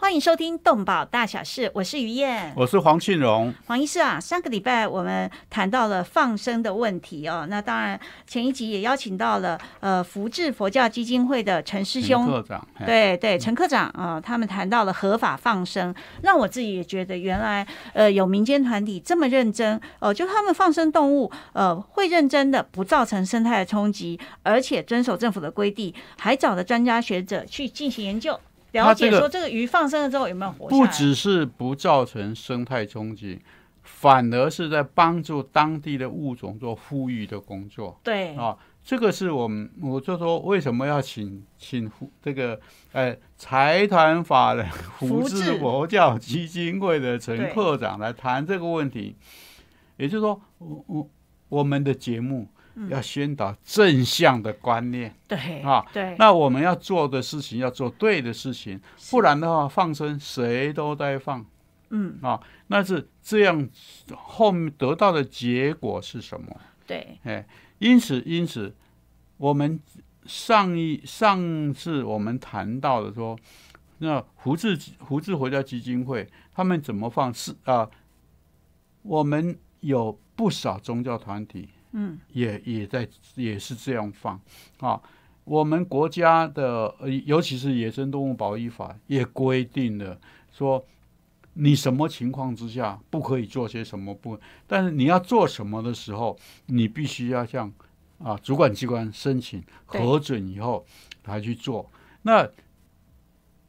欢迎收听《动保大小事》，我是于燕。我是黄庆荣，黄医师啊，上个礼拜我们谈到了放生的问题哦，那当然前一集也邀请到了呃福智佛教基金会的陈师陈兄，科长，嘿，对对，陈科长啊、呃他们谈到了合法放生，让我自己也觉得原来呃有民间团体这么认真哦、呃就他们放生动物呃会认真的，不造成生态的冲击，而且遵守政府的规定，还找了专家学者去进行研究。了他解这个说这个鱼放生了之后有没有活下来？不只是不造成生态冲击，反而是在帮助当地的物种做富裕的工作对，啊。这个是我们，我就说为什么要请请胡这个呃财团 法人福福智智佛教基金会的陈对科长来谈这个问题，也就是说，我我我们的节目嗯要宣导正向的观念。对啊对，那我们要做的事情要做对的事情，是不然的话放生谁都在放嗯，啊，那是这样，后面得到的结果是什么？对，哎，因此因此，我们上一上次我们谈到的说，那胡志胡志回教基金会他们怎么放是啊、我们有不少宗教团体，嗯，也也在也是这样放啊。我们国家的，呃尤其是野生动物保育法也规定了，说你什么情况之下不可以做些什么不，但是你要做什么的时候，你必须要向啊主管机关申请对核准以后才去做。那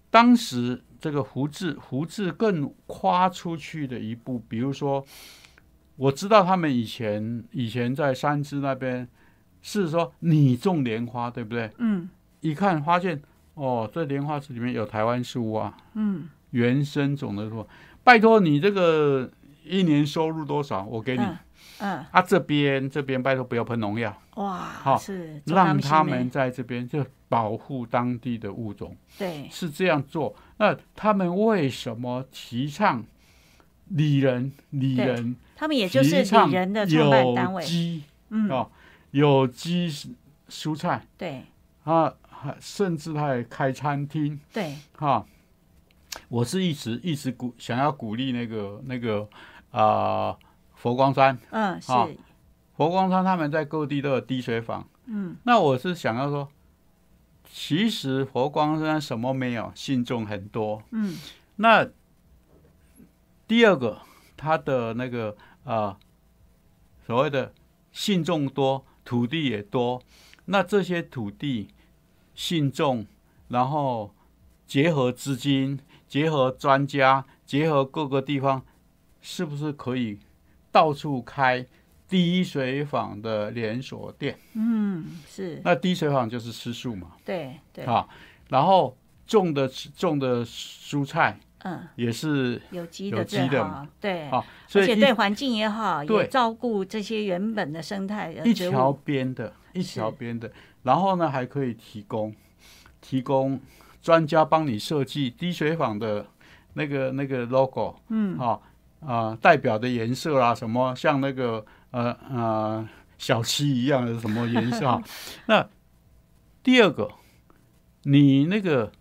当时这个胡志胡志更跨出去的一步，比如说，我知道他们以前以前在三芝那边是说你种莲花对不对？嗯，一看发现哦，这莲花池里面有台湾树啊，嗯，原生种的树，拜托你这个一年收入多少，我给你。嗯嗯，啊，这边这边拜托不要喷农药，哇，好是做让心欸他里们面在这边就保护当地的物种，对是这样做。那他们为什么提倡理人理对人？他们也就是提倡里人的创办单有位，机嗯，哦，有机蔬蔬菜对啊，还甚至他还开餐厅对哈、我是一直一直鼓想要鼓励那个那个啊、佛光山嗯是好佛光山他们在各地都有滴水坊。嗯，那我是想要说，其实佛光山什么没有，信众很多。嗯，那第二个，他的那个啊，所谓的信众多，土地也多，那这些土地、信众，然后结合资金、结合专家、结合各个地方，是不是可以到处开？滴水坊的连锁店，嗯是那滴水坊就是吃素嘛，对对啊，然后种的种的蔬菜嗯也是，有机有的机最的好，对。啊，所哎而以且一对环境也好，也对照顾这些原本的生态的一植条物，边的，一是条边的，然后呢还可以提供提供专家帮你设计滴水坊的那个那个 logo，嗯，啊啊、代表的颜色啦、什么像那个呃呃小七一样的什么颜色、 啊？那第二个，你那个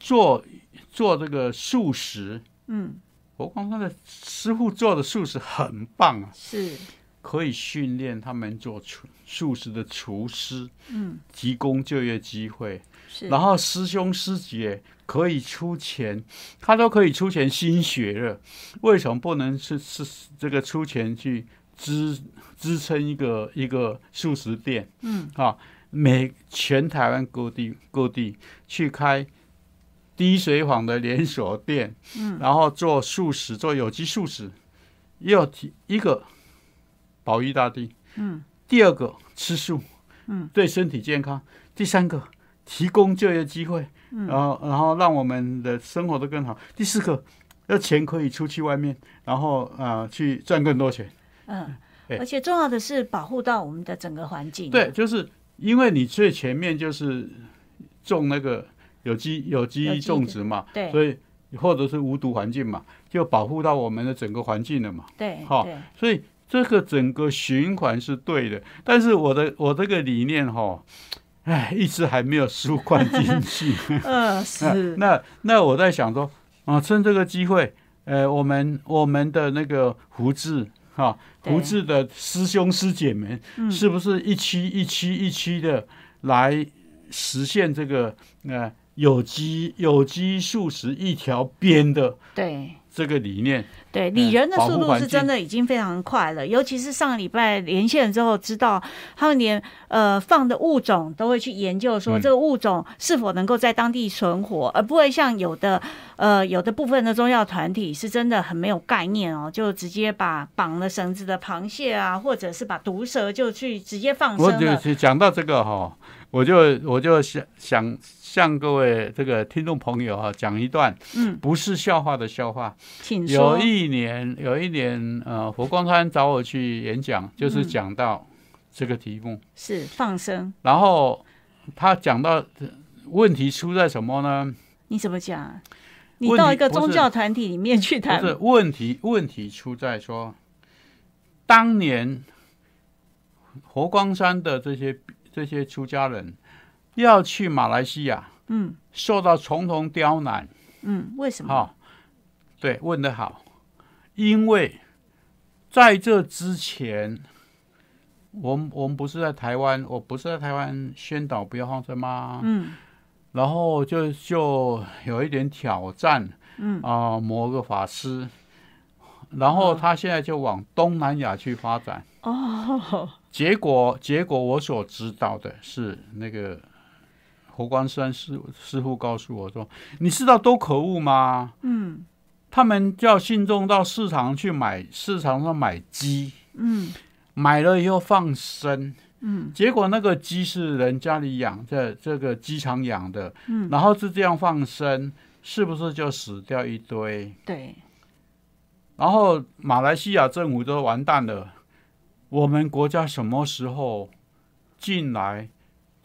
做做这个素食，嗯，佛光山的师傅做的素食很棒啊。是可以训练他们做厨素食的厨师，嗯，提供就业机会，是，然后师兄师姐可以出钱，他都可以出钱新学了，为什么不能是是这个出钱去支支撑一个一个素食店？嗯，啊，每全台湾各地各地去开滴水坊的连锁店，嗯，然后做素食，做有机素食，要提一个保育大地，嗯，第二个吃素，嗯，对身体健康，第三个提供就业机会，嗯、然后然后让我们的生活都更好，第四个。要钱可以出去外面，然后呃去赚更多钱。嗯，哎而且重要的是保护到我们的整个环境，对，就是因为你最前面就是种那个有机有有机机种植嘛，对所以或者是无毒环境嘛，就保护到我们的整个环境了嘛。对，好对所以这个整个循环是对的，但是我的我这个理念哈、哎，一直还没有输灌进去。呃， 是，哎那那我在想说，啊，趁这个机会，呃，我们我们的那个胡志哈、对嗯胡志的师兄师姐们，是不是一期一期一期的来实现这个呃有机有机素食一条边的对。这个理念？对，理人的嗯保速护度环是境真的已经非常快了，尤其是上个礼拜连线之后，知道他们连呃放的物种都会去研究，说嗯这个物种是否能够在当地存活，而不会像有的呃有的部分的宗教团体是真的很没有概念哦，就直接把绑了绳子的螃蟹啊，或者是把毒蛇就去直接放我生就了。是讲到这个哈、我就我就想想向各位这个听众朋友哈、讲一段，嗯，不是笑话的笑话，请有说，一年，有一年，呃，佛光山找我去演嗯讲，就是讲到这个题目，是放生，然后他讲到呃问题出在什么呢？你怎么讲？你问到题一个不宗是教团体里面去谈不，是问题，问题出在说，当年佛光山的这些这些出家人要去马来西亚，嗯受到重重刁难，嗯，为什么？哈、对，问得好，因为在这之前，我们我们不是在台湾，我不是在台湾宣导不要放生吗？嗯。然后就就有一点挑战，嗯啊、某个法师，然后他现在就往东南亚去发展。哦，结果，结果我所知道的是，那个侯光山师师傅告诉我说：“你知道多可恶吗？嗯他们叫信众到市场去买，市场上买鸡，嗯买了以后放生，嗯，结果那个鸡是人家里养，这这个鸡场养的，嗯，然后就这样放生，是不是就死掉一堆？对，然后马来西亚政府都完蛋了，我们国家什么时候进来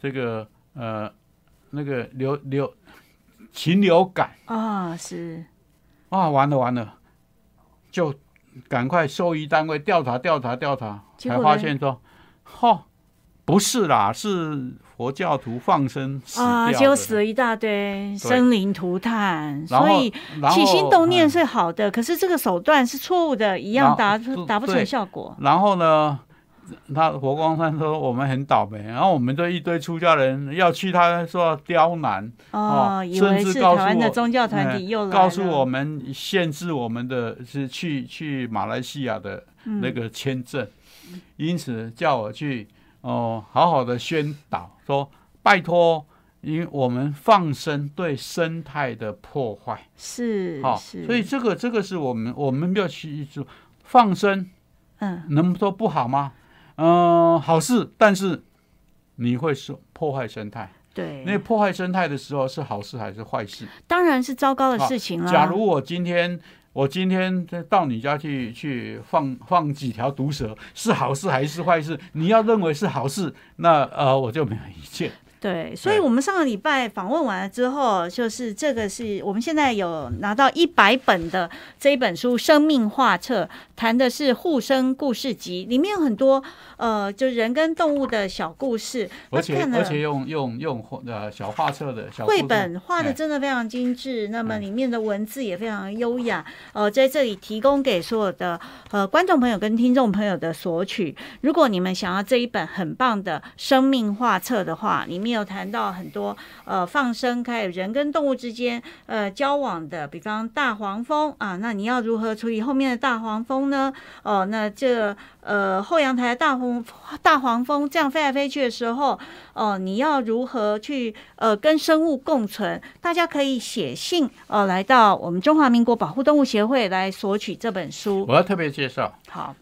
这个呃那个流流禽流感啊、是，啊？完了完了，就赶快兽医单位调查调查调查，结果才嘞发现说，哈、不是啦，是佛教徒放生死掉啊，的结果死了一大堆，生灵涂炭，然后所以然后起心动念嗯是好的，可是这个手段是错误的，一然样后达不对达不成效果。嗯然后呢，他佛光山说我们很倒霉，然后我们这一堆出家人要去他说刁难，哦，哦以甚为至是台告诉湾的我宗教团嗯体又来了，告诉我们限制我们的是去去马来西亚的嗯那个签证，因此叫我去哦、好好的宣导说拜托。因为我们放生对生态的破坏，是好、是，所以这个这个是我们我们要去说放生嗯，能说不好吗？嗯、好事，但是你会说破坏生态。对，那破坏生态的时候是好事还是坏事？当然是糟糕的事情了。假如我今天我今天到你家去去放放几条毒蛇，是好事还是坏事？你要认为是好事，那呃我就没有意见。对，所以对我们上个礼拜访问完了之后，就是这个是我们现在有拿到一百本的这一本书《生命画册》，谈的是护生故事集，里面有很多呃，就人跟动物的小故事。而 那且看了啊而且用用用呃小画册的小绘故事本画的哎嗯真的非常精致，那么里面的文字也非常优雅。呃，在这里提供给所有的呃观众朋友跟听众朋友的索取。如果你们想要这一本很棒的生命画册的话，里面有谈到很多呃放生，还有人跟动物之间呃交往的，比方大黄蜂啊，那你要如何处理后面的大黄蜂呢？哦、那这呃后阳台的大黄大黄蜂这样飞来飞去的时候，哦、你要如何去呃跟生物共存？大家可以写信呃来到我们中华民国保护动物协会来索取这本书。我要特别介绍好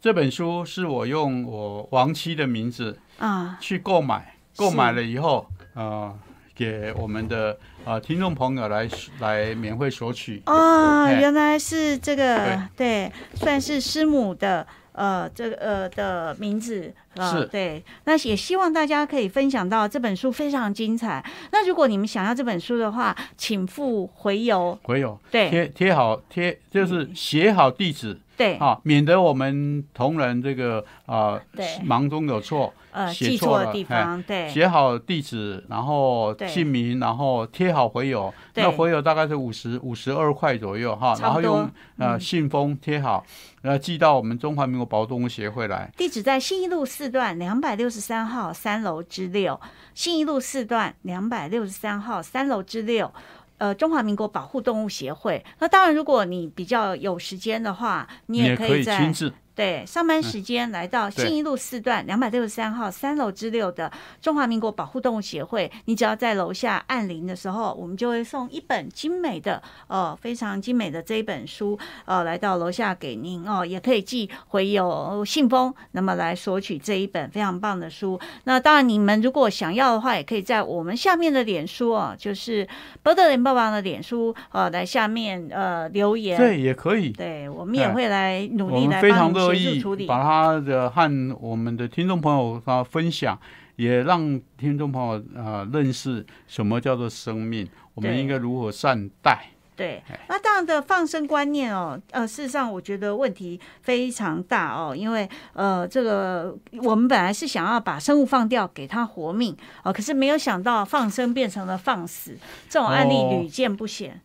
这本书是我用我亡妻的名字啊，去购买，购买了以后，呃，给我们的呃听众朋友来来免费索取。哦，哎原来是这个对，算是师母的。呃这个呃的名字，呃是对，那也希望大家可以分享到这本书非常精彩。那如果你们想要这本书的话，请附回邮，回有对贴贴好贴，嗯就是写好地址对，啊，免得我们同仁这个啊对忙中有错，呃写记错错的了哎地嘿方，对，写好地址，然后对姓名，然后贴好回邮，对那回邮大概是五十五十二块左右哈，差然不后多嗯用呃信封贴好，然后寄到我们中华民国保护动物协会来。地址在信义路四段两百六十三号三楼之六，信义路四段两百六十三号三楼之六。呃，中华民国保护动物协会。那当然，如果你比较有时间的话，你你也可以在亲自对，上班时间来到嗯对信义路四段两百六十三号三楼之六的中华民国保护动物协会，你只要在楼下按铃的时候，我们就会送一本精美的呃非常精美的这一本书呃来到楼下给您哦，也可以寄回邮信封，那么来索取这一本非常棒的书。那当然，你们如果想要的话，也可以在我们下面的脸书哦，就是博德联播网的脸书呃来下面呃留言。对也可以，对，我们也哎会来努我力们来非常帮乐你协助意处理。把它的和我们的听众朋友啊分享，也让听众朋友呃认识什么叫做生命，我们对应该如何善待。对，哎那这样的放生观念哦，呃，事实上我觉得问题非常大哦，因为呃，这个我们本来是想要把生物放掉给它活命哦、可是没有想到放生变成了放死，这种案例哦屡见不鲜。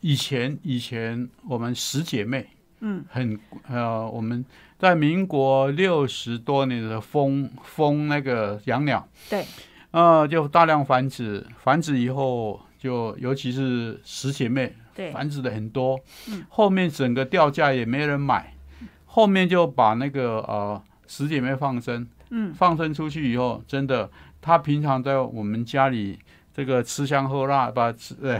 以前以前我们十姐妹，嗯，很呃，我们在民国六十多年的封封那个养鸟，对，呃，就大量繁殖，繁殖以后就尤其是十姐妹对，嗯繁殖的很多，后面整个掉价也没人买，后面就把那个呃十姐妹放生，嗯，放生出去以后，真的，她平常在我们家里这个吃香喝辣，把吃 呃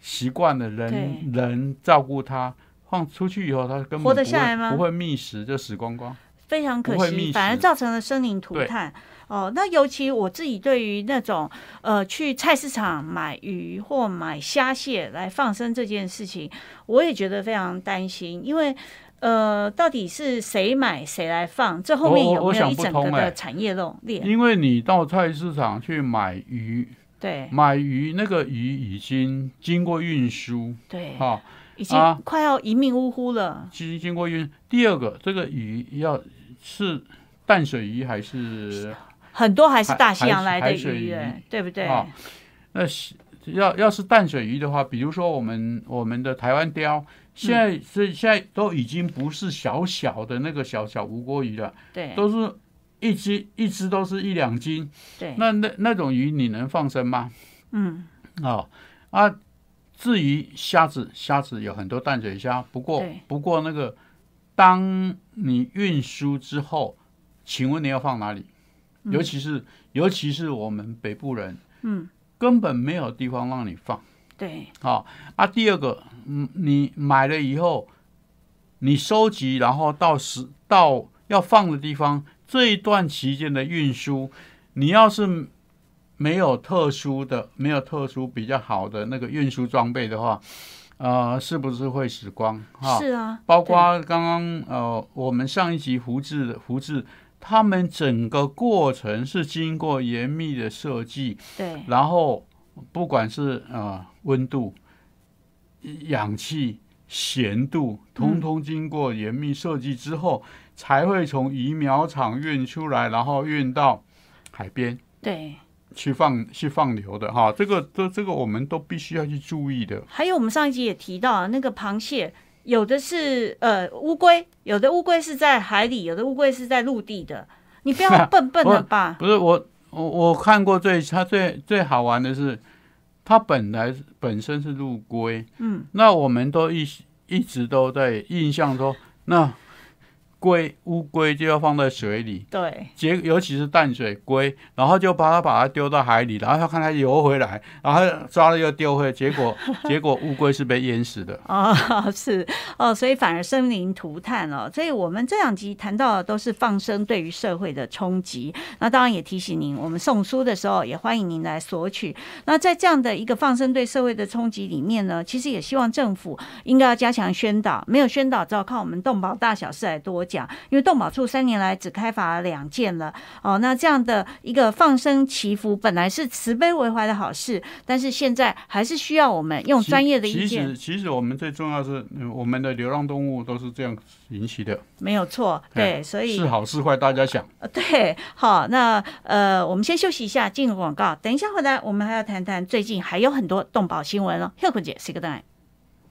习惯了人人照顾她，放出去以后，她根本活得不下会来吗不会觅食，就死光光。非常可不会惜，觅反而食造成了生灵涂对炭。哦，那尤其我自己对于那种呃去菜市场买鱼或买虾蟹来放生这件事情，我也觉得非常担心，因为呃，到底是谁买谁来放，这后面我我有我没有想一不整个通的哎产业链？因为你到菜市场去买鱼，对买鱼那个鱼已经经过运输，对，哈、已经啊快要一命呜呼了。经经过晕。第二个，这个鱼要是淡水鱼还是啊很多还是海大西洋来海的海水鱼，鱼哎对不对？啊那是要要是淡水鱼的话，比如说我们我们的台湾鲷，现在嗯是、现在都已经不是小小的那个小小无锅鱼了，对都是一只一只都是一两斤，对，那那那种鱼你能放生吗？嗯，哦啊，至于虾子，虾子有很多淡水虾，不过对不过那个，当你运输之后，请问你要放哪里？尤其是、尤其是我们北部人，嗯，根本没有地方让你放对啊啊！第二个，嗯，你买了以后，你收集，然后到时到要放的地方，这一段期间的运输，你要是没有特殊的、没有特殊比较好的那个运输装备的话，呃，是不是会死光？哈、是啊，包括刚刚呃，我们上一集胡志的胡志，他们整个过程是经过严密的设计，对然后不管是呃温度、氧气、咸度，通通经过严密设计之后，才会从鱼苗场运出来，然后运到海边对。去放去放流的哈。这个这这个我们都必须要去注意的。还有我们上一集也提到那个螃蟹，有的是呃乌龟，有的乌龟是在海里，有的乌龟是在陆地的。你不要笨笨的吧？不是我我我看过最它最最好玩的是，它本来是本身是陆龟，嗯，那我们都一一直都在印象中，那龟乌龟就要放在水里，对结尤其是淡水龟，然后就把它把它丢到海里，然后要看它游回来，然后抓了又丢回，结果结果乌龟是被淹死的。哦， 是哦，所以反而生灵涂炭哦。所以我们这两集谈到的都是放生对于社会的冲击。那当然也提醒您，我们送书的时候也欢迎您来索取。那在这样的一个放生对社会的冲击里面呢，其实也希望政府应该要加强宣导，没有宣导，只好靠我们动保大小事来多奖，因为动保处三年来只开罚了两件了。哦，那这样的一个放生祈福，本来是慈悲为怀的好事，但是现在还是需要我们用其专业的其意见实，其实我们最重要是，嗯我们的流浪动物都是这样引起的，没有错。对，所以是好是坏大家想。呃对， 好，那呃，我们先休息一下，进入广告。等一下回来，我们还要谈谈最近还有很多动保新闻哦。Hilko 姐，say goodbye。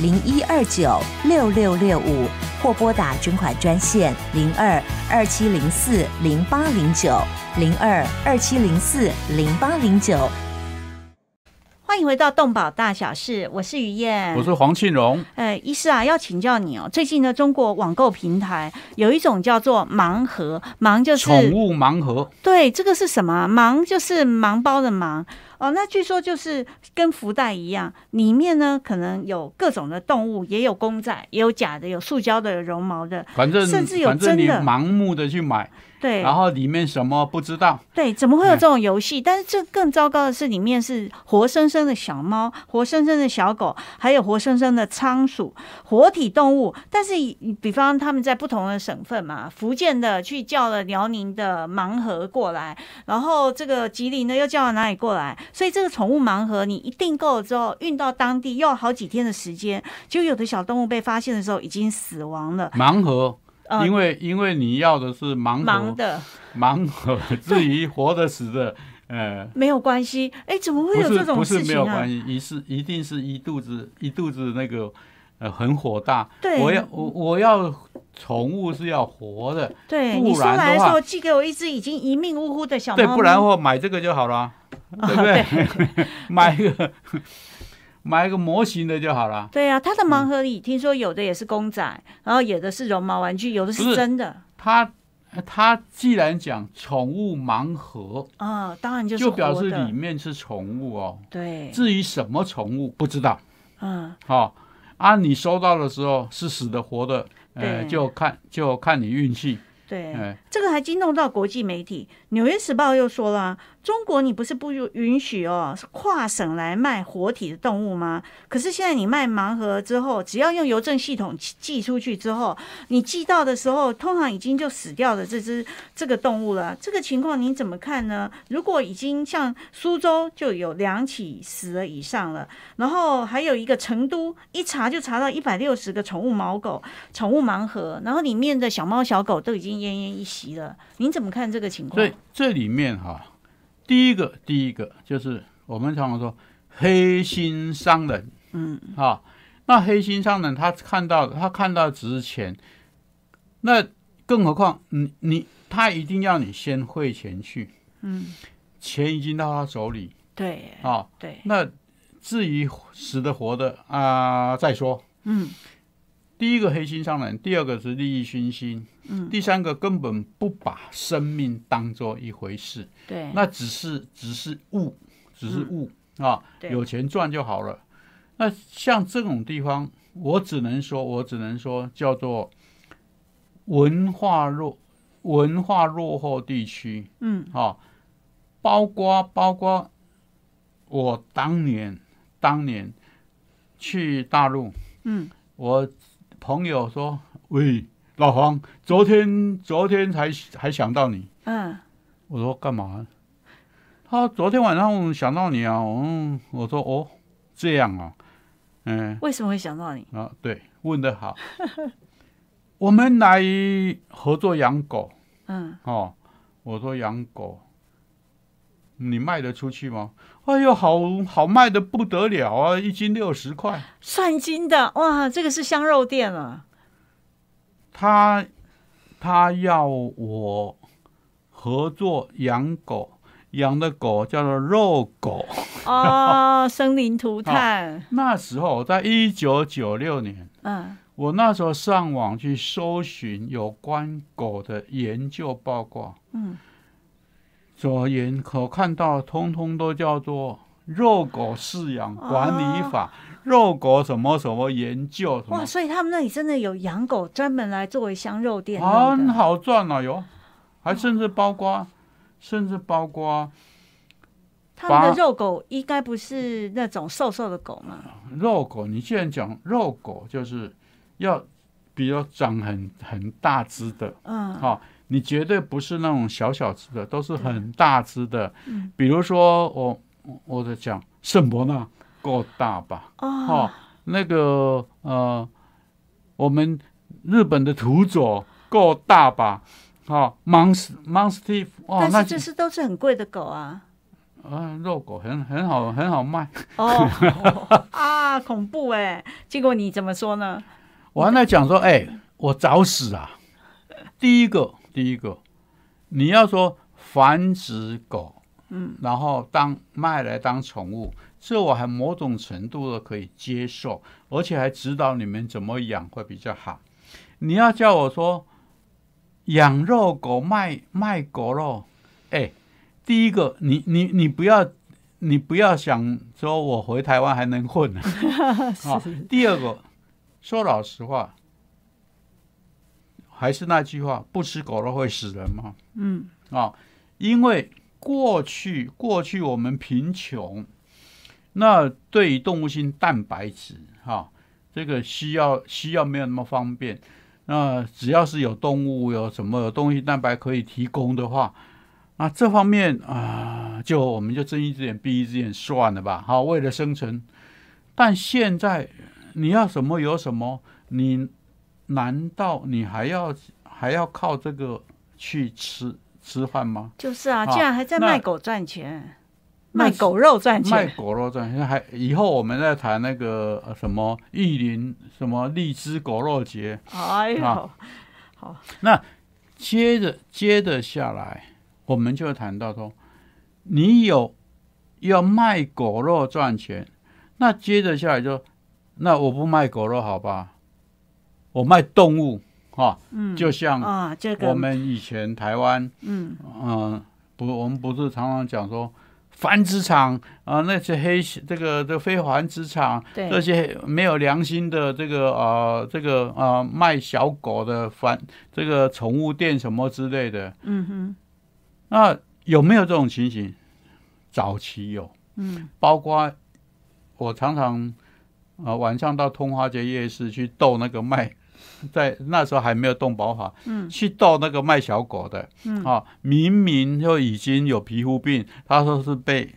零一二九六六六五，或拨打捐款专线零二二七零四零八零九零二二七零四零八零九。欢迎回到动保大小事，我是于燕，我是黄庆荣，呃，医师啊，要请教你哦，最近呢，中国网购平台有一种叫做盲盒，盲就是宠物盲盒，对，这个是什么啊？盲就是盲包的盲哦。那据说就是跟福袋一样，里面呢可能有各种的动物，也有公仔，也有假的，有塑胶的，有绒毛的。反正甚至有反正真你的盲目的去买，对然后嗯里面什么不知道，对，怎么会有这种游戏？但是这更糟糕的是，里面是活生生的小猫、活生生的小狗，还有活生生的仓鼠，活体动物。但是以，比方他们在不同的省份嘛，福建的去叫了辽宁的盲盒过来，然后这个吉林呢又叫了哪里过来，所以这个宠物盲盒你一订购了之后，运到当地又要好几天的时间，就有的小动物被发现的时候已经死亡了。盲盒。呃因为因为你要的是盲盲盒，的盲盒， 至于活的死的，呃，没有关系，哎，怎么会不有这是种不事情啊？是没有关系，一是一定是一肚子一肚子那个呃很火大。对我要我我要宠物是要活的，对，不你送然来的时话候寄给我一只已经一命呜呼的小猫对，咪，啊不然我买这个就好了，对不对？ 买一个买一个模型的就好了。对啊，它的盲盒里听说有的也是公仔，然后有的是绒毛玩具，有的不是是真的。他呃他既然讲宠物盲盒，啊、当然就是就表活示的里面是宠物哦。对，至于什么宠物不知道，嗯，好、啊，你收到的时候是死的活的，呃，对就看就看你运气，对，哎、这个还惊动到国际媒体，《纽约时报》又说了啊，中国你不是不允许哦跨省来卖活体的动物吗？可是现在你卖盲盒之后，只要用邮政系统寄寄出去之后，你寄到的时候，通常已经就死掉的这只这个动物了。这个情况您怎么看呢？如果已经像苏州就有两起死了以上了，然后还有一个成都，一查就查到一百六十个宠物毛狗，宠物盲盒，然后里面的小猫小狗都已经奄奄一息了。您怎么看这个情况？所以这里面哈、第一个第一个就是我们常常说黑心商人，嗯，啊，那黑心商人他看到他看到只是钱，那更何况你你他一定要你先汇钱去，嗯，钱已经到他手里对啊，对，那至于死的活的啊、再说。嗯，第一个黑心商人，第二个是利益熏心，嗯，第三个根本不把生命当做一回事，对，嗯那只是只是物，只是物、啊，对有钱赚就好了。那像这种地方，我只能说，我只能说叫做文化弱文化落后地区嗯啊，包括包括我当年当年去大陆，嗯，我朋友说，喂，老黄，昨天昨天才还想到你。嗯，我说干嘛？他说昨天晚上我想到你啊，嗯，我说哦，这样啊，嗯为什么会想到你？啊，对，问的好。我们来合作养狗嗯哦，我说养狗，你卖得出去吗？哎呦，好好卖的不得了啊，一斤六十块。蒜筋的，哇，这个是香肉店 了。他他要我合作养狗，养的狗叫做肉狗。哦，生灵涂 炭，那时候我在一九九六年，嗯，我那时候上网去搜寻有关狗的研究报告，嗯，所研可看到通通都叫做。肉狗饲养管理法，肉狗什么什么研究什么哦哇，，所以他们那里真的有养狗专门来作为香肉店用很的。好赚啊，有，还甚至包括，甚至包括他们的把肉狗应该不是那种瘦瘦的狗嘛？肉狗。你既然讲肉狗，就是要比较长很很大只的，嗯，哈、你绝对不是那种小小只的，都是很大只的。嗯比如说我我我在讲圣伯纳够大吧？哦哦，，那个呃，我们日本的土佐够大吧？好、哦、，Mons Monstif，哇，但哦那是这是都是很贵的狗啊。啊，肉狗很很好，很好卖。 哦啊，恐怖哎！结果你怎么说呢？我还在讲说，哎、我找死啊！第一个，第一个，你要说繁殖狗，嗯，然后当卖来当宠物，这我还某种程度的可以接受，而且还指导你们怎么养会比较好。你要叫我说养肉狗卖卖狗肉，哎、第一个，你你你不要你不要想说我回台湾还能混啊。啊、第二个，说老实话，还是那句话，不吃狗肉会死人吗？嗯，啊、因为过去过去我们贫穷，那对于动物性蛋白质哈、这个需要需要没有那么方便。那只要是有动物有什么有动物性蛋白可以提供的话，那这方面啊、就我们就睁一只眼闭一只眼算了吧。好，为了生存，但现在你要什么有什么，你难道你还要还要靠这个去吃吃饭吗？就是啊，好竟然还在那卖狗赚钱，那卖狗肉赚卖钱。狗肉赚钱，还以后我们再谈那个呃什么玉林什么荔枝狗肉节。哎呦啊，那接着接着下来，我们就谈到说，你有要卖狗肉赚钱，那接着下来就，那我不卖狗肉好吧，我卖动物哈，嗯就像啊，这个我们以前台湾嗯嗯，不，我们不是常常讲说繁殖场啊、那些黑这个这非繁殖场，对这些没有良心的这个呃这个呃卖小狗的繁这个宠物店什么之类的，嗯哼那有没有这种情形？早期有，嗯包括我常常呃晚上到通化街夜市去逗那个卖， 在那时候还没有动保法，嗯去逗那个卖小狗的，嗯啊，明明就已经有皮肤病，他说是被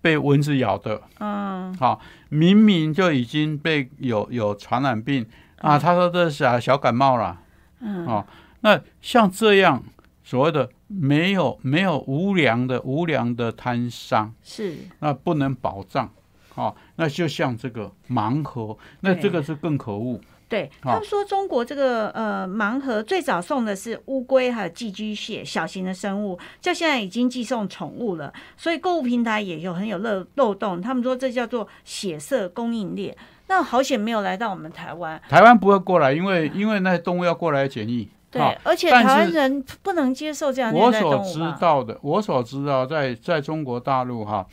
被蚊子咬的，嗯好，明明就已经被有有传染病啊，他说这是小小感冒啦。嗯哦，那像这样所谓的没有没有无良的无良的摊商，是那不能保障，哦，那就像这个盲盒，那对这个是更可恶，对，好他们说中国这个呃盲盒最早送的是乌龟还有寄居蟹小型的生物，就现在已经寄送宠物了，所以购物平台也有很有漏漏洞。他们说这叫做血色供应链。那好险没有来到我们台湾，台湾不会过来，因为因为那些动物要过来检疫，哦对，好而且但台是湾人不能接受这样虐我待所动物知吧？道的，我所知道在在中国大陆哈，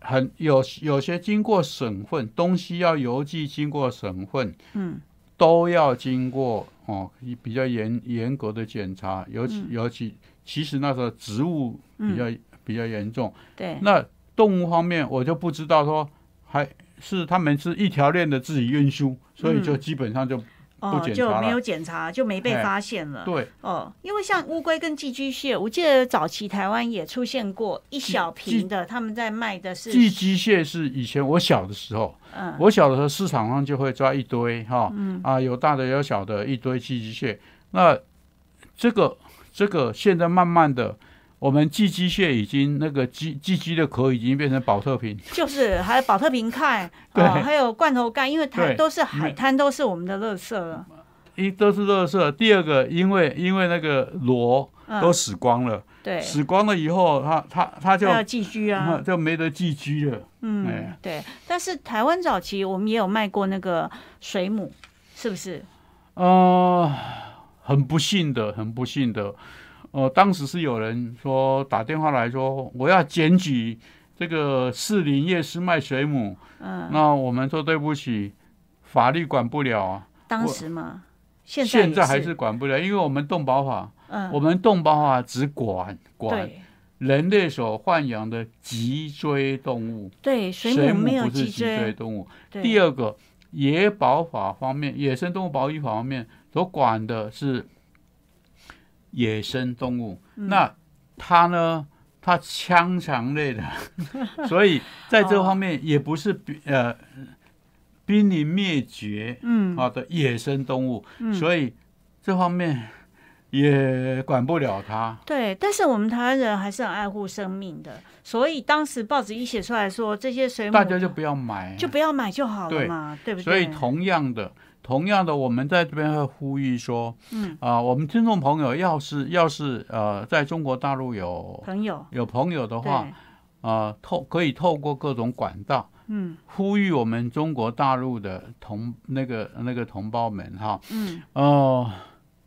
很有有些经过省份，东西要邮寄经过省份，嗯，都要经过哦一比较严严格的检查，尤其、嗯尤其其实那时候植物比较、比较严重，对，那动物方面我就不知道说还。是他们是一条链的自己运输，所以就嗯基本上就、哦，检就查没了有检查，就没被哎发现了。对哦，因为像乌龟跟寄居蟹，我记得早期台湾也出现过一小寄瓶的，他们在卖的是寄居蟹是以前我小的时候，嗯我小的时候市场上就会抓一堆哈，啊有大的有小的，一堆寄居蟹。那这个这个现在慢慢的，我们寄居蟹已经那个寄寄居的壳已经变成保特瓶，就是还有保特瓶盖，对哦，还有罐头盖，因为它对都是海滩，都是我们的垃圾了。一都是垃圾。第二个，因为因为那个螺都嗯，死光了，对，死光了以后，它它它就还有寄居啊，就没得寄居了。嗯哎，对。但是台湾早期我们也有卖过那个水母，是不是？呃，很不幸的，很不幸的，呃，当时是有人说打电话来说，我要检举这个士林夜市卖水母。嗯，那我们说对不起，法律管不了啊，当我时嘛，现在现在也还是管不了，因为我们动保法，嗯，我们动保法只管管对人类所豢养的脊椎动物，对，水水母没有不是脊脊椎椎。动物。对第二个，野保法方面，野生动物保育法方面所管的是野生动物，嗯那它呢？它腔肠 类的，所以在这方面也不是比、呃濒临灭绝嗯，啊的野生动物，所以这方面也管不了它。对，但是我们台湾人还是很爱护生命的，所以当时报纸一写出来说这些水母，大家就不要买，就不要买就好了对嘛，对不对？所以同样的，同样的，我们在这边会呼吁说，嗯啊、我们听众朋友要是要是呃，在中国大陆有朋友有朋友的对，话，啊、透可以透过各种管道嗯呼吁我们中国大陆的同那个那个同胞们哈，嗯，呃，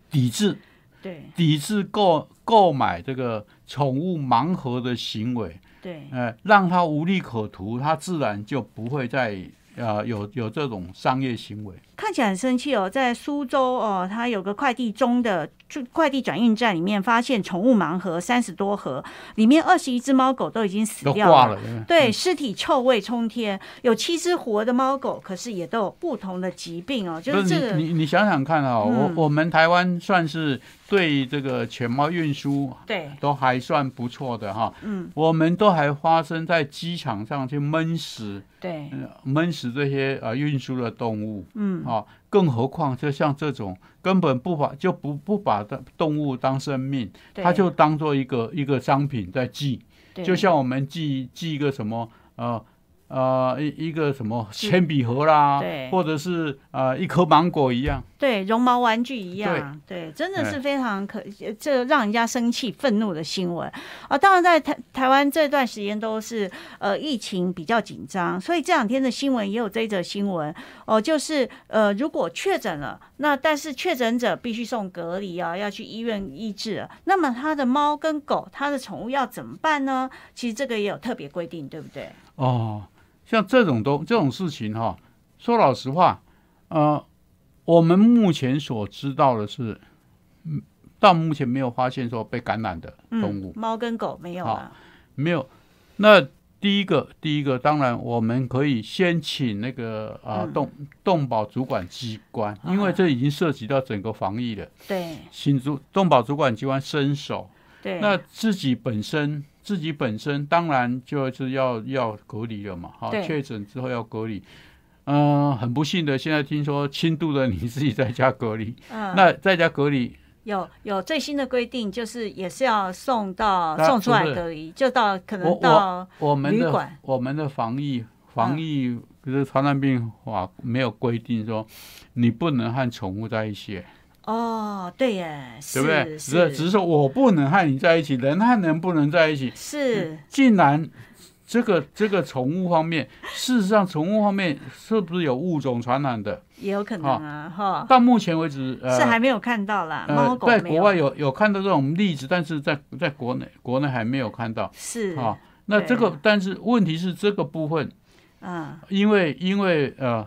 抵制对抵制购购买这个宠物盲盒的行为，对，呃，让它无利可图，它自然就不会再呃有有这种商业行为。看起来很生气哦，在苏州哦，它有个快递中的就快递转运站里面发现宠物盲盒三十多盒，里面二十一只猫狗都已经死都掉挂了。嗯对不对对，尸体臭味冲天，有七只活的猫狗，可是也都有不同的疾病哦。就不是这是个你你你想想看啊、嗯我我们台湾算是对这个犬猫运输对，都还算不错的哈，嗯，我们都还发生在机场上去闷死对，呃闷死这些呃运输的动物嗯，啊，更何况就像这种根本不把就不不把它动物当生命，对它就当做一个一个商品在寄，对就像我们寄寄一个什么呃。呃，一一个什么铅笔盒啦对，或者是呃一颗芒果一样，对绒毛玩具一样，对，真哎的是非常可，呃这个让人家生气、愤怒的新闻啊！当然，在台台湾这段时间都是呃疫情比较紧张，所以这两天的新闻也有这一则新闻哦、就是呃如果确诊了，那但是确诊者必须送隔离啊，要去医院医治啊那么他的猫跟狗，他的宠物要怎么办呢？其实这个也有特别规定，对不对？哦，像这种东这种事情哈、说老实话，呃，我们目前所知道的是，嗯，到目前没有发现说被感染的动嗯物，，猫跟狗没有啊，没有。那第一个，第一个，当然我们可以先请那个嗯啊、啊动动保主管机关，因为这已经涉及到整个防疫了，对请主动保主管机关伸手。对，那自己本身，自己本身当然就是要要隔离了嘛，哈，对确诊之后要隔离。嗯、很不幸的，现在听说轻度的你自己在家隔离，嗯那在家隔离，有有最新的规定，就是也是要送到那送出来是不是隔离，就到可我能到我我们旅的馆嗯我们的防疫防疫就是传染病法没有规定说你不能和宠物在一起，哦，对耶，是对不对？只是只是是说我不能和你在一起，人和人不能在一起，是，竟然这个这个宠物方面，事实上宠物方面是不是有物种传染的？也有可能啊，哈，到目前为止，哦呃，是还没有看到啦，猫呃，狗在没国外有，有有看到这种例子，但是在在国内国内还没有看到是啊。那这对个，但是问题是这个部分，嗯，因为因为呃，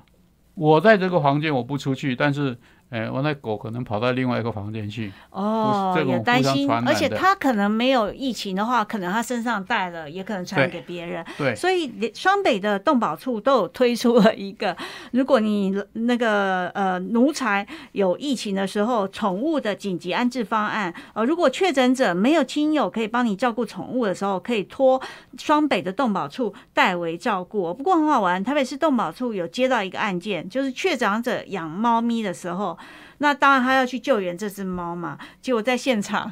我在这个房间我不出去，但是。哎，我那狗可能跑到另外一个房间去，哦不，是这个也我担互相心，传染而且的他可能没有疫情的话，可能他身上带了，也可能传染对给别人，对，所以连双北的动保处都有推出了一个， 如果你那个呃奴才有疫情的时候，宠物的紧急安置方案，呃，如果确诊者没有亲友可以帮你照顾宠物的时候，可以托双北的动保处代为照顾。呃不过很好玩，台北市动保处有接到一个案件，就是确诊者养猫咪的时候，那当然他要去救援这只猫嘛，结果在现场。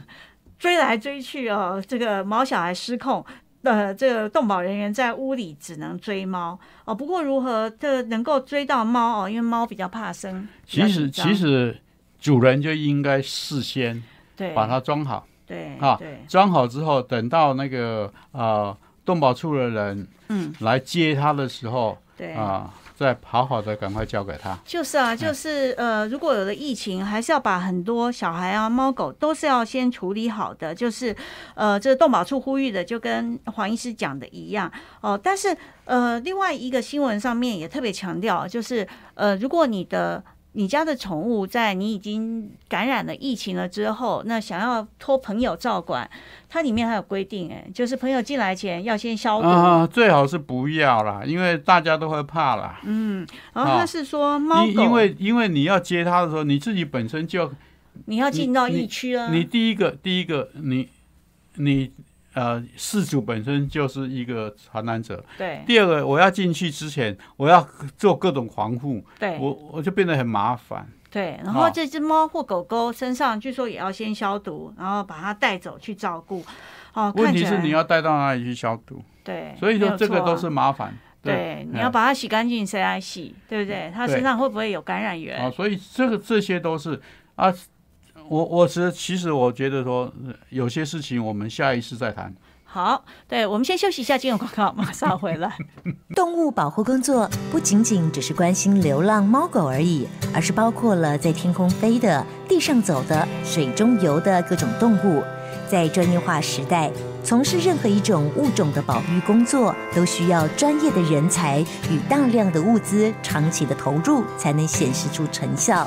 追来追去哦，这个毛小孩失控。呃，这个动保人员在屋里只能追猫哦。不过如何这能够追到猫哦？因为猫比较怕生。比较其实紧张其实主人就应该事先对把它装好，对啊对装好之后，等到那个呃动保处的人嗯来接它的时候对啊、再好好的赶快交给他。就是啊，就是呃，如果有了疫情，还是要把很多小孩啊、猫狗都是要先处理好的。就是呃，这动保处呼吁的，就跟黄医师讲的一样哦、但是呃，另外一个新闻上面也特别强调，就是呃，如果你的你家的宠物在你已经感染了疫情了之后，那想要托朋友照管，它里面还有规定、哎，就是朋友进来前要先消毒。啊、最好是不要啦，因为大家都会怕啦。然后他哦是说嗯猫因狗，因为因为你要接它的时候，你自己本身就你要进到你疫区啊，你第一个第一个你你呃事主本身就是一个传染者。对第二个，我要进去之前，我要做各种防护，对。我我就变得很麻烦。对，然后哦这只猫或狗狗身上据说也要先消毒，然后把它带走去照顾。哦，问看题起是来你要带到哪里去消毒？对，所以没说有这个错啊都是麻烦。对，你要嗯把它洗干净，谁来洗？对不对？它对身上会不会有感染啊，源？所以这个这些都是啊，我我是其实我觉得说呃有些事情我们下一次再谈。好，对，我们先休息一下，进入广告，马上回来。 动物保护工作不仅仅只是关心流浪猫狗而已，而是包括了在天空飞的、地上走的、水中游的各种动物。在专业化时代，从事任何一种物种的保育工作，都需要专业的人才与大量的物资长期的投入，才能显示出成效。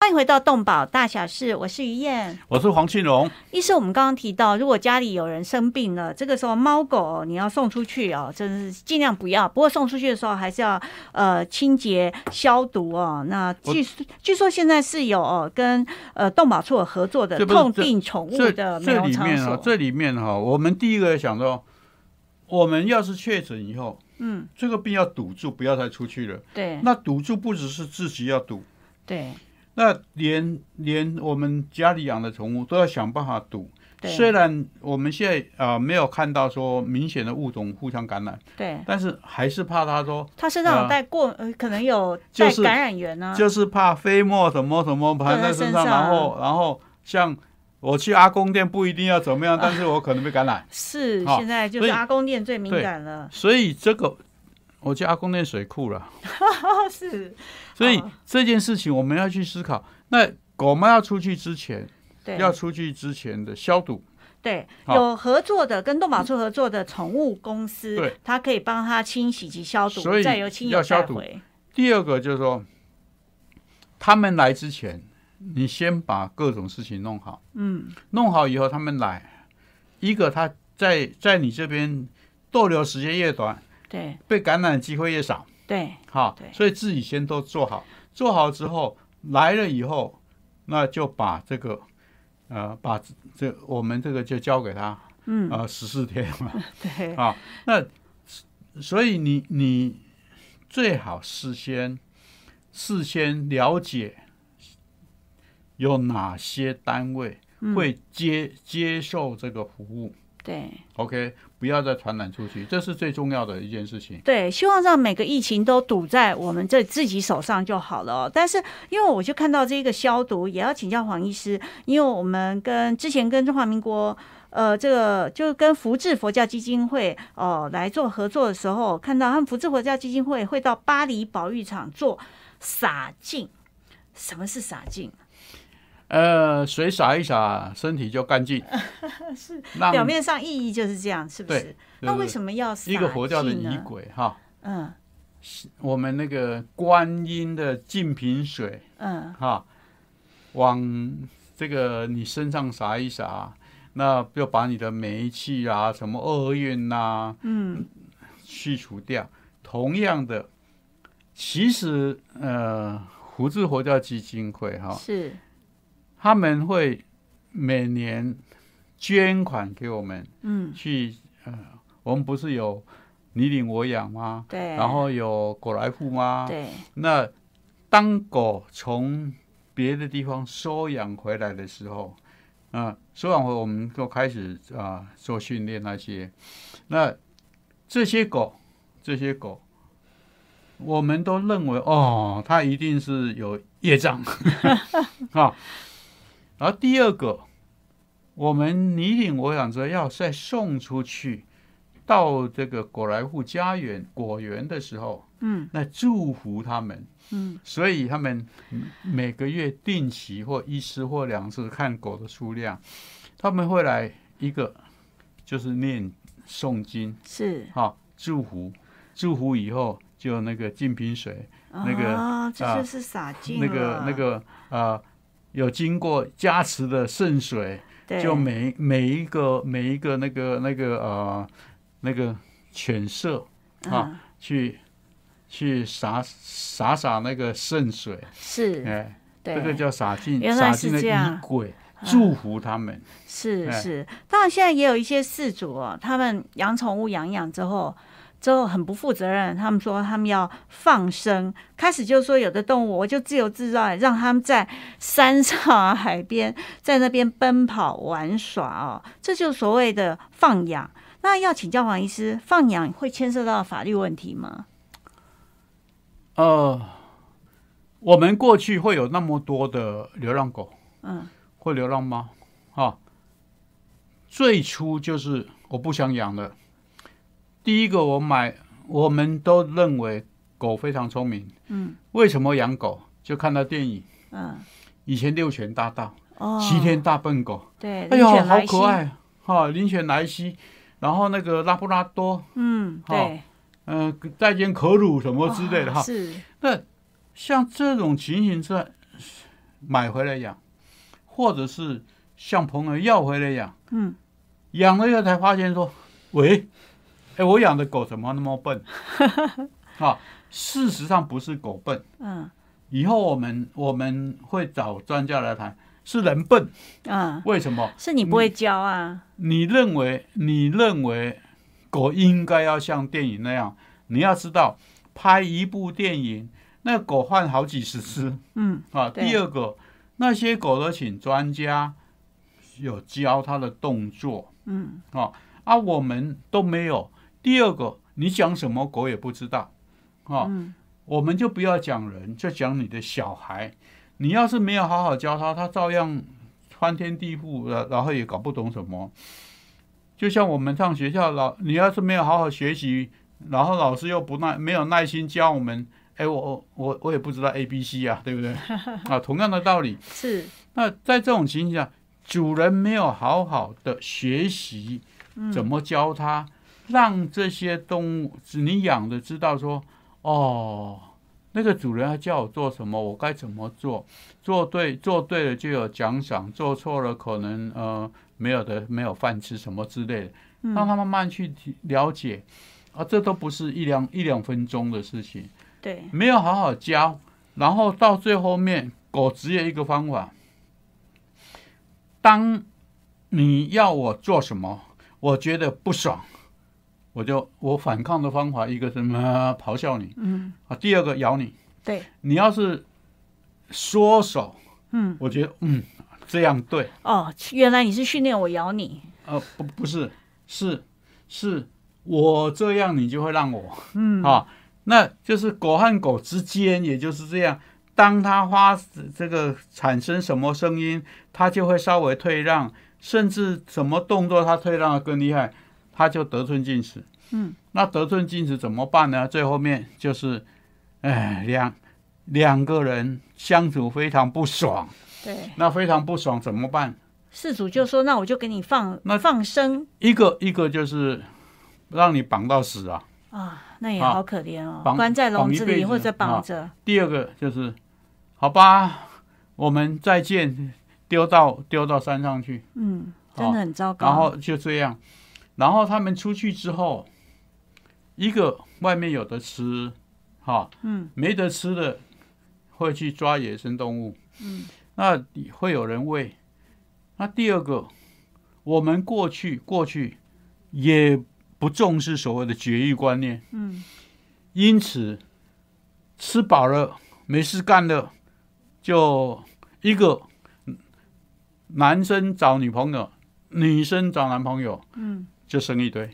欢迎回到动保大小事，我是于燕。我是黄庆荣，医师，我们刚刚提到，如果家里有人生病了，这个时候猫狗你要送出去哦，真是尽量不要。不过送出去的时候还是要呃清洁消毒哦。那我据据说现在是有哦跟呃动保处有合作的这不是痛定宠物这的美这容里场面啊，所，这里面哈、我们第一个想到，我们要是确诊以后，嗯，这个病要堵住，不要再出去了。对那堵住不只是自己要堵，对那连连我们家里养的宠物都要想办法堵。对虽然我们现在啊、呃没有看到说明显的物种互相感染，对，但是还是怕它说它身上有呃带过，呃可能有就带是感染源呢。就是怕飞沫什么什么盘在身啊掉在身上，上然后然后像我去阿公店不一定要怎么样，啊但是我可能被 感染，是，哦现在就所是以阿公店最敏对感了，所以这个我去阿公店水库了，是，所以哦这件事情我们要去思考。那狗妈要出去之前，对，要出去之前的消毒，对，好有合作的跟动保处合作的宠物公司，对，它可以帮它清洗及消毒，所以再由亲友要消带毒回。第二个就是说，他们来之前，你先把各种事情弄好。嗯，弄好以后，他们来，一个他在在你这边逗留时间越短，对被感染的机会越少。对哈对，所以自己先都做好，做好之后来了以后，那就把这个，呃，把这我们这个就交给他，嗯，呃，十四天嘛，对啊，那所以你你最好事先事先了解有哪些单位嗯会接、接受这个服务对，OK，不要再传染出去，这是最重要的一件事情。对，希望让每个疫情都堵在我们这自己手上就好了哦、但是因为我就看到这个消毒，也要请教黄医师，因为我们跟之前跟中华民国。呃，这个就跟福智佛教基金会哦、来做合作的时候，看到他们福智佛教基金会会到巴黎保育场做洒净。什么是洒净？呃，水洒一洒，身体就干净。 是让表面上意义就是这样，是不是嗯对？那为么什么要撒一个佛教的气仪呢？轨哈？嗯我们那个观音的净瓶水嗯哈，往这个你身上洒一洒，那就把你的霉气啊、什么厄运呐、啊嗯去除掉。同样的，其实呃，胡志佛教基金会哈，是他们会每年捐款给我们嗯去，呃，我们不是有你领我养吗？对，然后有狗来富吗？对那当狗从别的地方收养回来的时候，啊、收养回我们就开始啊、做训练那些。那这些狗，这些狗，我们都认为哦，它一定是有业障啊。然后第二个，我们你领我养着要再送出去。到这个果来户家园果园的时候，嗯那祝福他们，嗯所以他们每个月定期或一次或两次看狗的数量，他们会来一个就是念诵经是哈、祝福，祝福以后就那个净瓶水，那个啊，这啊就是洒净那个了那个呃有经过加持的圣水，对就每每一个每一个那个那个呃那个犬舍啊嗯去去洒洒洒那个圣水，是哎。对这个叫洒进原来洒是进的这样嗯仪轨，祝福他们。是哎是，当然现在也有一些饲主哦，他们养宠物养一养之后，之后很不负责任，他们说他们要放生，开始就说有的动物我就自由自在，让他们在山上啊、海边，在那边奔跑玩耍哦，这就是所谓的放养。那要请教黄医师，放养会牵涉到法律问题吗？呃，我们过去会有那么多的流浪狗，嗯，或流浪猫，啊，最初就是我不想养了。第一个，我买，我们都认为狗非常聪明，嗯，为什么养狗？就看到电影，嗯，以前六犬大盗、哦，齐天大笨狗，对，哎林呦，犬好莱可西，爱，哈、灵犬莱西，然后那个拉布拉多，嗯，好对，嗯，再见可乳什么之类的哦哈。是，那像这种情形是买回来养，或者是向朋友要回来养，嗯，养了以后才发现说，喂，哎，我养的狗怎么那 么笨？啊，事实上不是狗笨，嗯，以后我们我们会找专家来谈，是人笨。嗯，为什么？是你不会教啊。你认为你认为狗应该要像电影那样？你要知道，拍一部电影，那狗换好几十只嗯啊。对第二个，那些狗都请专家有教它的动作嗯，啊，我们都没有。第二个，你讲什么狗也不知道啊。嗯我们就不要讲人，就讲你的小孩。你要是没有好好教他，他照样翻天地覆，然然后也搞不懂什么。就像我们上学校老，你要是没有好好学习，然后老师又不耐没有耐心教我们，哎，我我我我也不知道 A B C 啊，对不对？啊，同样的道理，是，那在这种情形下，主人没有好好的学习怎么教它，让这些动物，只你养的知道说，哦，那个主人要叫我做什么，我该怎么做，做对做对了就有奖赏，做错了可能呃没有的没有饭吃什么之类的，让嗯，他慢慢去体了解。啊，这都不是一两一两分钟的事情，对，没有好好教，然后到最后面，狗只有一个方法：当你要我做什么，我觉得不爽，我就我反抗的方法，一个什么咆哮你嗯，啊，第二个咬你。对，你要是缩手，嗯，我觉得嗯这样对，哦，原来你是训练我咬你，呃不不是是是我这样你就会让我。 嗯，啊，那就是狗和狗之间，也就是这样。当它发这个产生什么声音，它就会稍微退让，甚至什么动作它退让的更厉害，它就得寸进尺。嗯，那得寸进尺怎么办呢？最后面就是，哎，两两个人相处非常不爽，对，那非常不爽，怎么办？事主就说：“那我就给你放那放生一个一个就是让你绑到死啊。啊，那也啊好可怜哦，绑关在笼子绑一辈里子啊或者绑着。第二个就是，好吧，我们再见，丢到丢到山上去，嗯，好真的很糟糕。然后就这样。然后他们出去之后，一个外面有的吃，哈、嗯，没得吃的会去抓野生动物，嗯，那会有人喂。那第二个，我们过去过去也不重视所谓的绝育观念，嗯，因此吃饱了没事干了，就一个嗯男生找女朋友，女生找男朋友，嗯，就生一堆。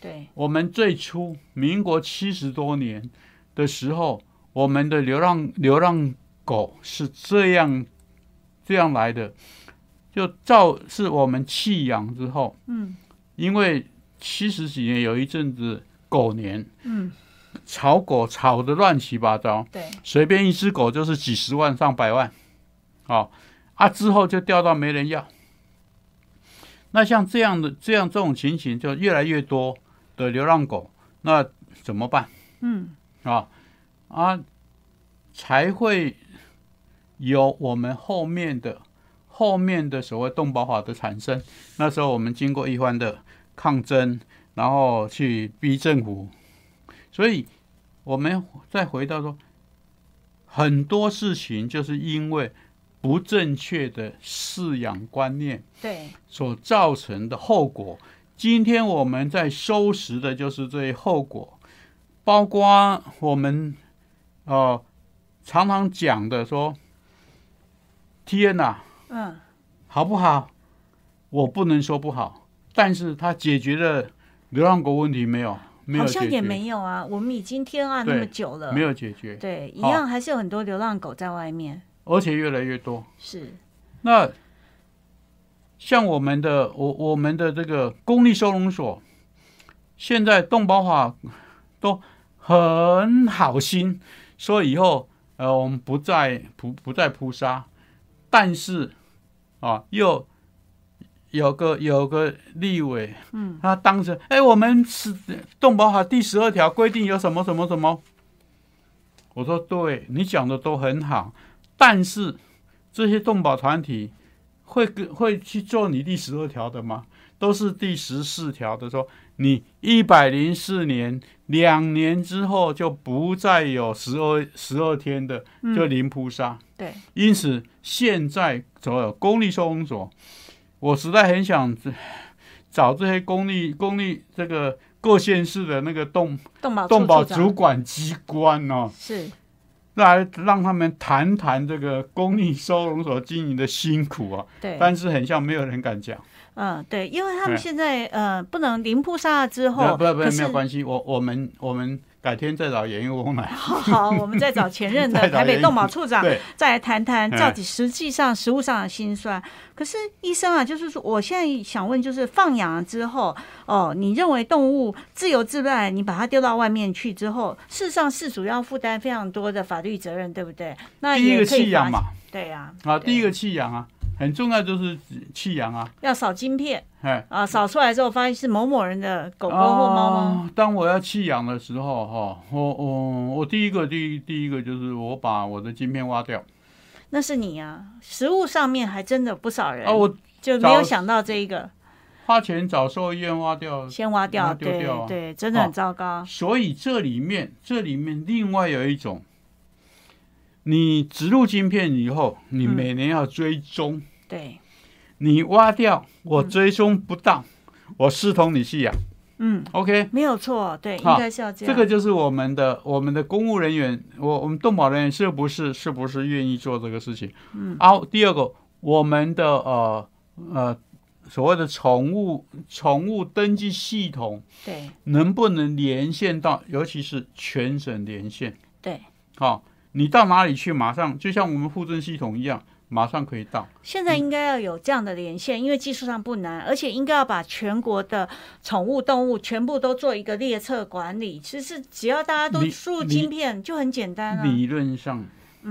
对，我们最初民国七十多年的时候，我们的流浪流浪狗是这样这样来的，就照是我们弃养之后，嗯，因为七十几年有一阵子狗年，嗯，炒狗炒的乱七八糟，对，随便一只狗就是几十万上百万，好、啊，之后就掉到没人要。那像这样的这样这种情形就越来越多的流浪狗，那怎么办？嗯，啊啊，才会有我们后面的后面的所谓动保法的产生。那时候我们经过一番的抗争，然后去逼政府，所以我们再回到说，很多事情就是因为不正确的饲养观念对，所造成的后果。今天我们在收拾的就是这些后果，包括我们呃常常讲的说，天呐、嗯，好不好？我不能说不好，但是它解决了流浪狗问题没有？没有好解决，像也没有啊。我们已经天暗那对么久了，没有解决，对，一好样还是有很多流浪狗在外面。而且越来越多。是，那像我们的我我们的这个公立收容所，现在动保法都很好心，说以后呃我们不再不不再扑杀，但是啊又有个有个立委，嗯，他当时哎我们是动保法第十二条规定有什么什么什么，我说对你讲的都很好，但是。这些动保团体会跟会去做你第十二条的吗？都是第十四条的说，你一百零四年两年之后就不再有十二十二天的嗯就零扑杀。对，因此，现在所有公立收容所，我实在很想找这些公立公立这个各县市的那个动动保处动保处主长管机关哦，是来让他们谈谈这个公立收容所经营的辛苦啊。对，但是很像没有人敢讲。嗯，对，因为他们对现在呃不能零扑杀了之不后，哎呃不不，可没是有关系，我我们我们改天再找严玉翁来。好哦好，我们再找前任的 再找台北原动保因处长，对再来谈谈哎到底实际上实物上的辛酸。可是医生啊，就是说，我现在想问，就是放养了之后，哦，你认为动物自由自在，你把它丢到外面去之后，事实上事主要负担非常多的法律责任，对不对？那第一也个可以弃养罚嘛，对呀、啊，啊，第一个弃养啊，很重要就是弃养啊，要扫晶片哎。啊，扫出来之后发现是某某人的狗狗或猫猫，啊当我要弃养的时候，哈、我我我第一个第一第一个就是我把我的晶片挖掉那是你啊。食物上面还真的不少人啊，我就没有找想到这一个。花钱找兽医院挖掉。先挖掉，把它丢对掉啊对，真的很哦糟糕。所以这里面这里面另外有一种，你植入晶片以后，你嗯每年要追踪。对，你挖掉，我追踪不到，我视同你弃养。嗯， OK，没有错，对，啊应好该是要这这样。个就是我们的我们的公务人员，我我们动保人员是不是是不是愿意做这个事情？嗯，啊，第二个，我们的呃呃所谓的宠物宠物登记系统对能不能连线到，尤其是全省连线？对，好、你到哪里去，马上就像我们户政系统一样，马上可以到。现嗯在应该要有这样的连线，因为技术上不难，而且应该要把全国的宠物动物全部都做一个列册管理。其实只要大家都你输入你晶片，就很简单啊。理论上，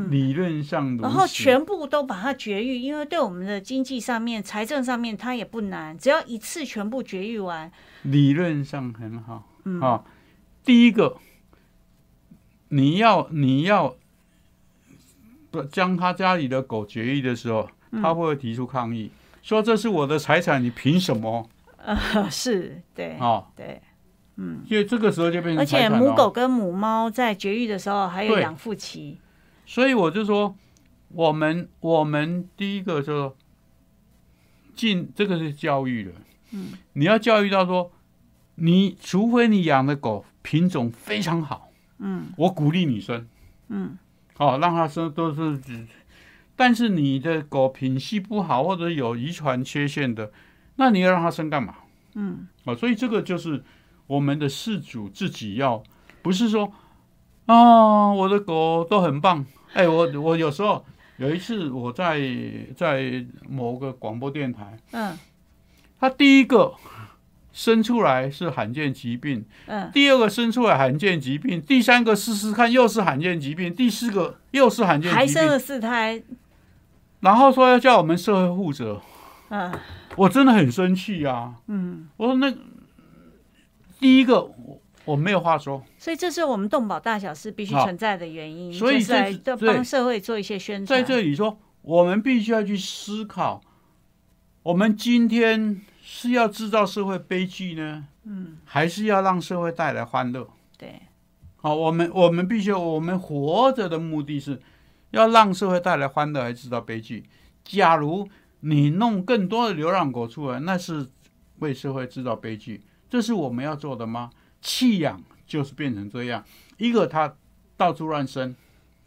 理论上如此。然后全部都把它绝育，因为对我们的经济上面、财政上面，它也不难，只要一次全部绝育完， 理论上很好。嗯啊，第一个，你要你要不将他家里的狗绝育的时候，嗯他会不会提出抗议，说这是我的财产，你凭什么呃，是对，啊？对，因为这个时候就变成而财且产母了。狗跟母猫在绝育的时候还有哦对养父期，所以我就说，我们我们第一个就进这个是教育了，嗯，你要教育到说，你除非你养的狗品种非常好，嗯，我鼓励你生，嗯，哦，让它生都是，但是你的狗品系不好或者有遗传缺陷的，那你要让它生干嘛？嗯，哦，所以这个就是我们的饲主自己要，不是说啊，我的狗都很棒。哎、我我有时候有一次我在在某个广播电台，嗯它第一个生出来是罕见疾病，嗯，第二个生出来罕见疾病，第三个试试看又是罕见疾病，第四个又是罕见还疾生了病，四胎，然后说要叫我们社会负责，嗯我真的很生气啊！嗯，我说那第一个我我没有话说，所以这是我们动保大小事必须好存在的原因，所以就是这来是对对帮社会做一些宣在传，这里说，我们必须要去思考，我们今天是要制造社会悲剧呢，嗯，还是要让社会带来欢乐？对，好，我们我们必须，我们活着的目的是要让社会带来欢乐，还是制造悲剧？假如你弄更多的流浪狗出来，那是为社会制造悲剧，这是我们要做的吗？弃养就是变成这样，一个它到处乱生，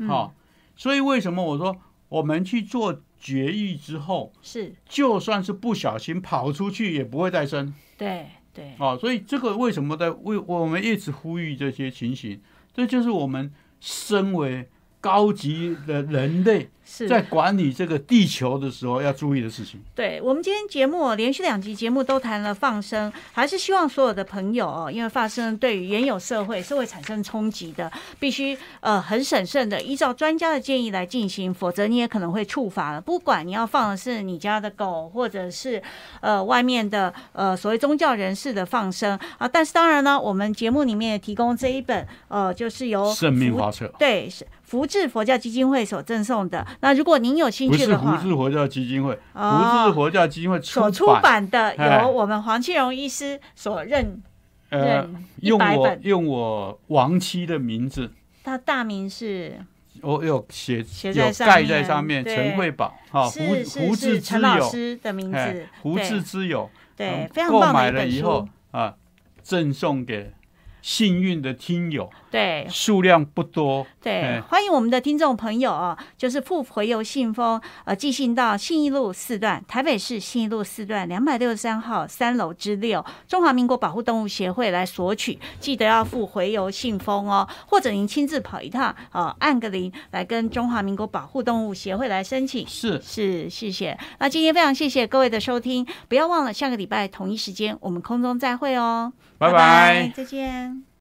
好、所以为什么我说我们去做绝育之后，是，就算是不小心跑出去，也不会再生。对对，啊，所以这个为什么在为我们一直呼吁这些情形？这就是我们身为高级的人类是在管理这个地球的时候要注意的事情。对我们今天节目连续两集节目都谈了放生，还是希望所有的朋友哦，因为放生对于原有社会是会产生冲击的，必须呃很审慎的依照专家的呃建议来进行，否则你也可能会触法了。不管你要放的是你家的狗，或者是呃外面的呃所谓宗教人士的放生啊，但是当然呢，我们节目里面也提供这一本呃，就是由生命福花册对是福智佛教基金会所赠送的。那如果您有兴不趣是的胡话，志佛教基金会，哦胡志佛教基金会所出版，版的哎由我们黄庆荣医师所认，呃对，用100我本用我亡妻的名字，他大名是我有写写在有上盖在面上面，对陈惠宝哈，哦胡是是胡志是之陈老友，师的名字哎，，胡对志之友。对嗯，非常购棒的买一了本以后书，啊，赠送给幸运的听友，对数量不多。对哎，欢迎我们的听众朋友啊，就是附回邮信封，呃，寄信到信义路四段，台北市信义路四段两百六十三号三楼之六，中华民国保护动物协会来索取，记得要附回邮信封哦，或者您亲自跑一趟，呃，按个铃来跟中华民国保护动物协会来申请。是，是，谢谢。那今天非常谢谢各位的收听，不要忘了下个礼拜同一时间我们空中再会哦。拜拜再见。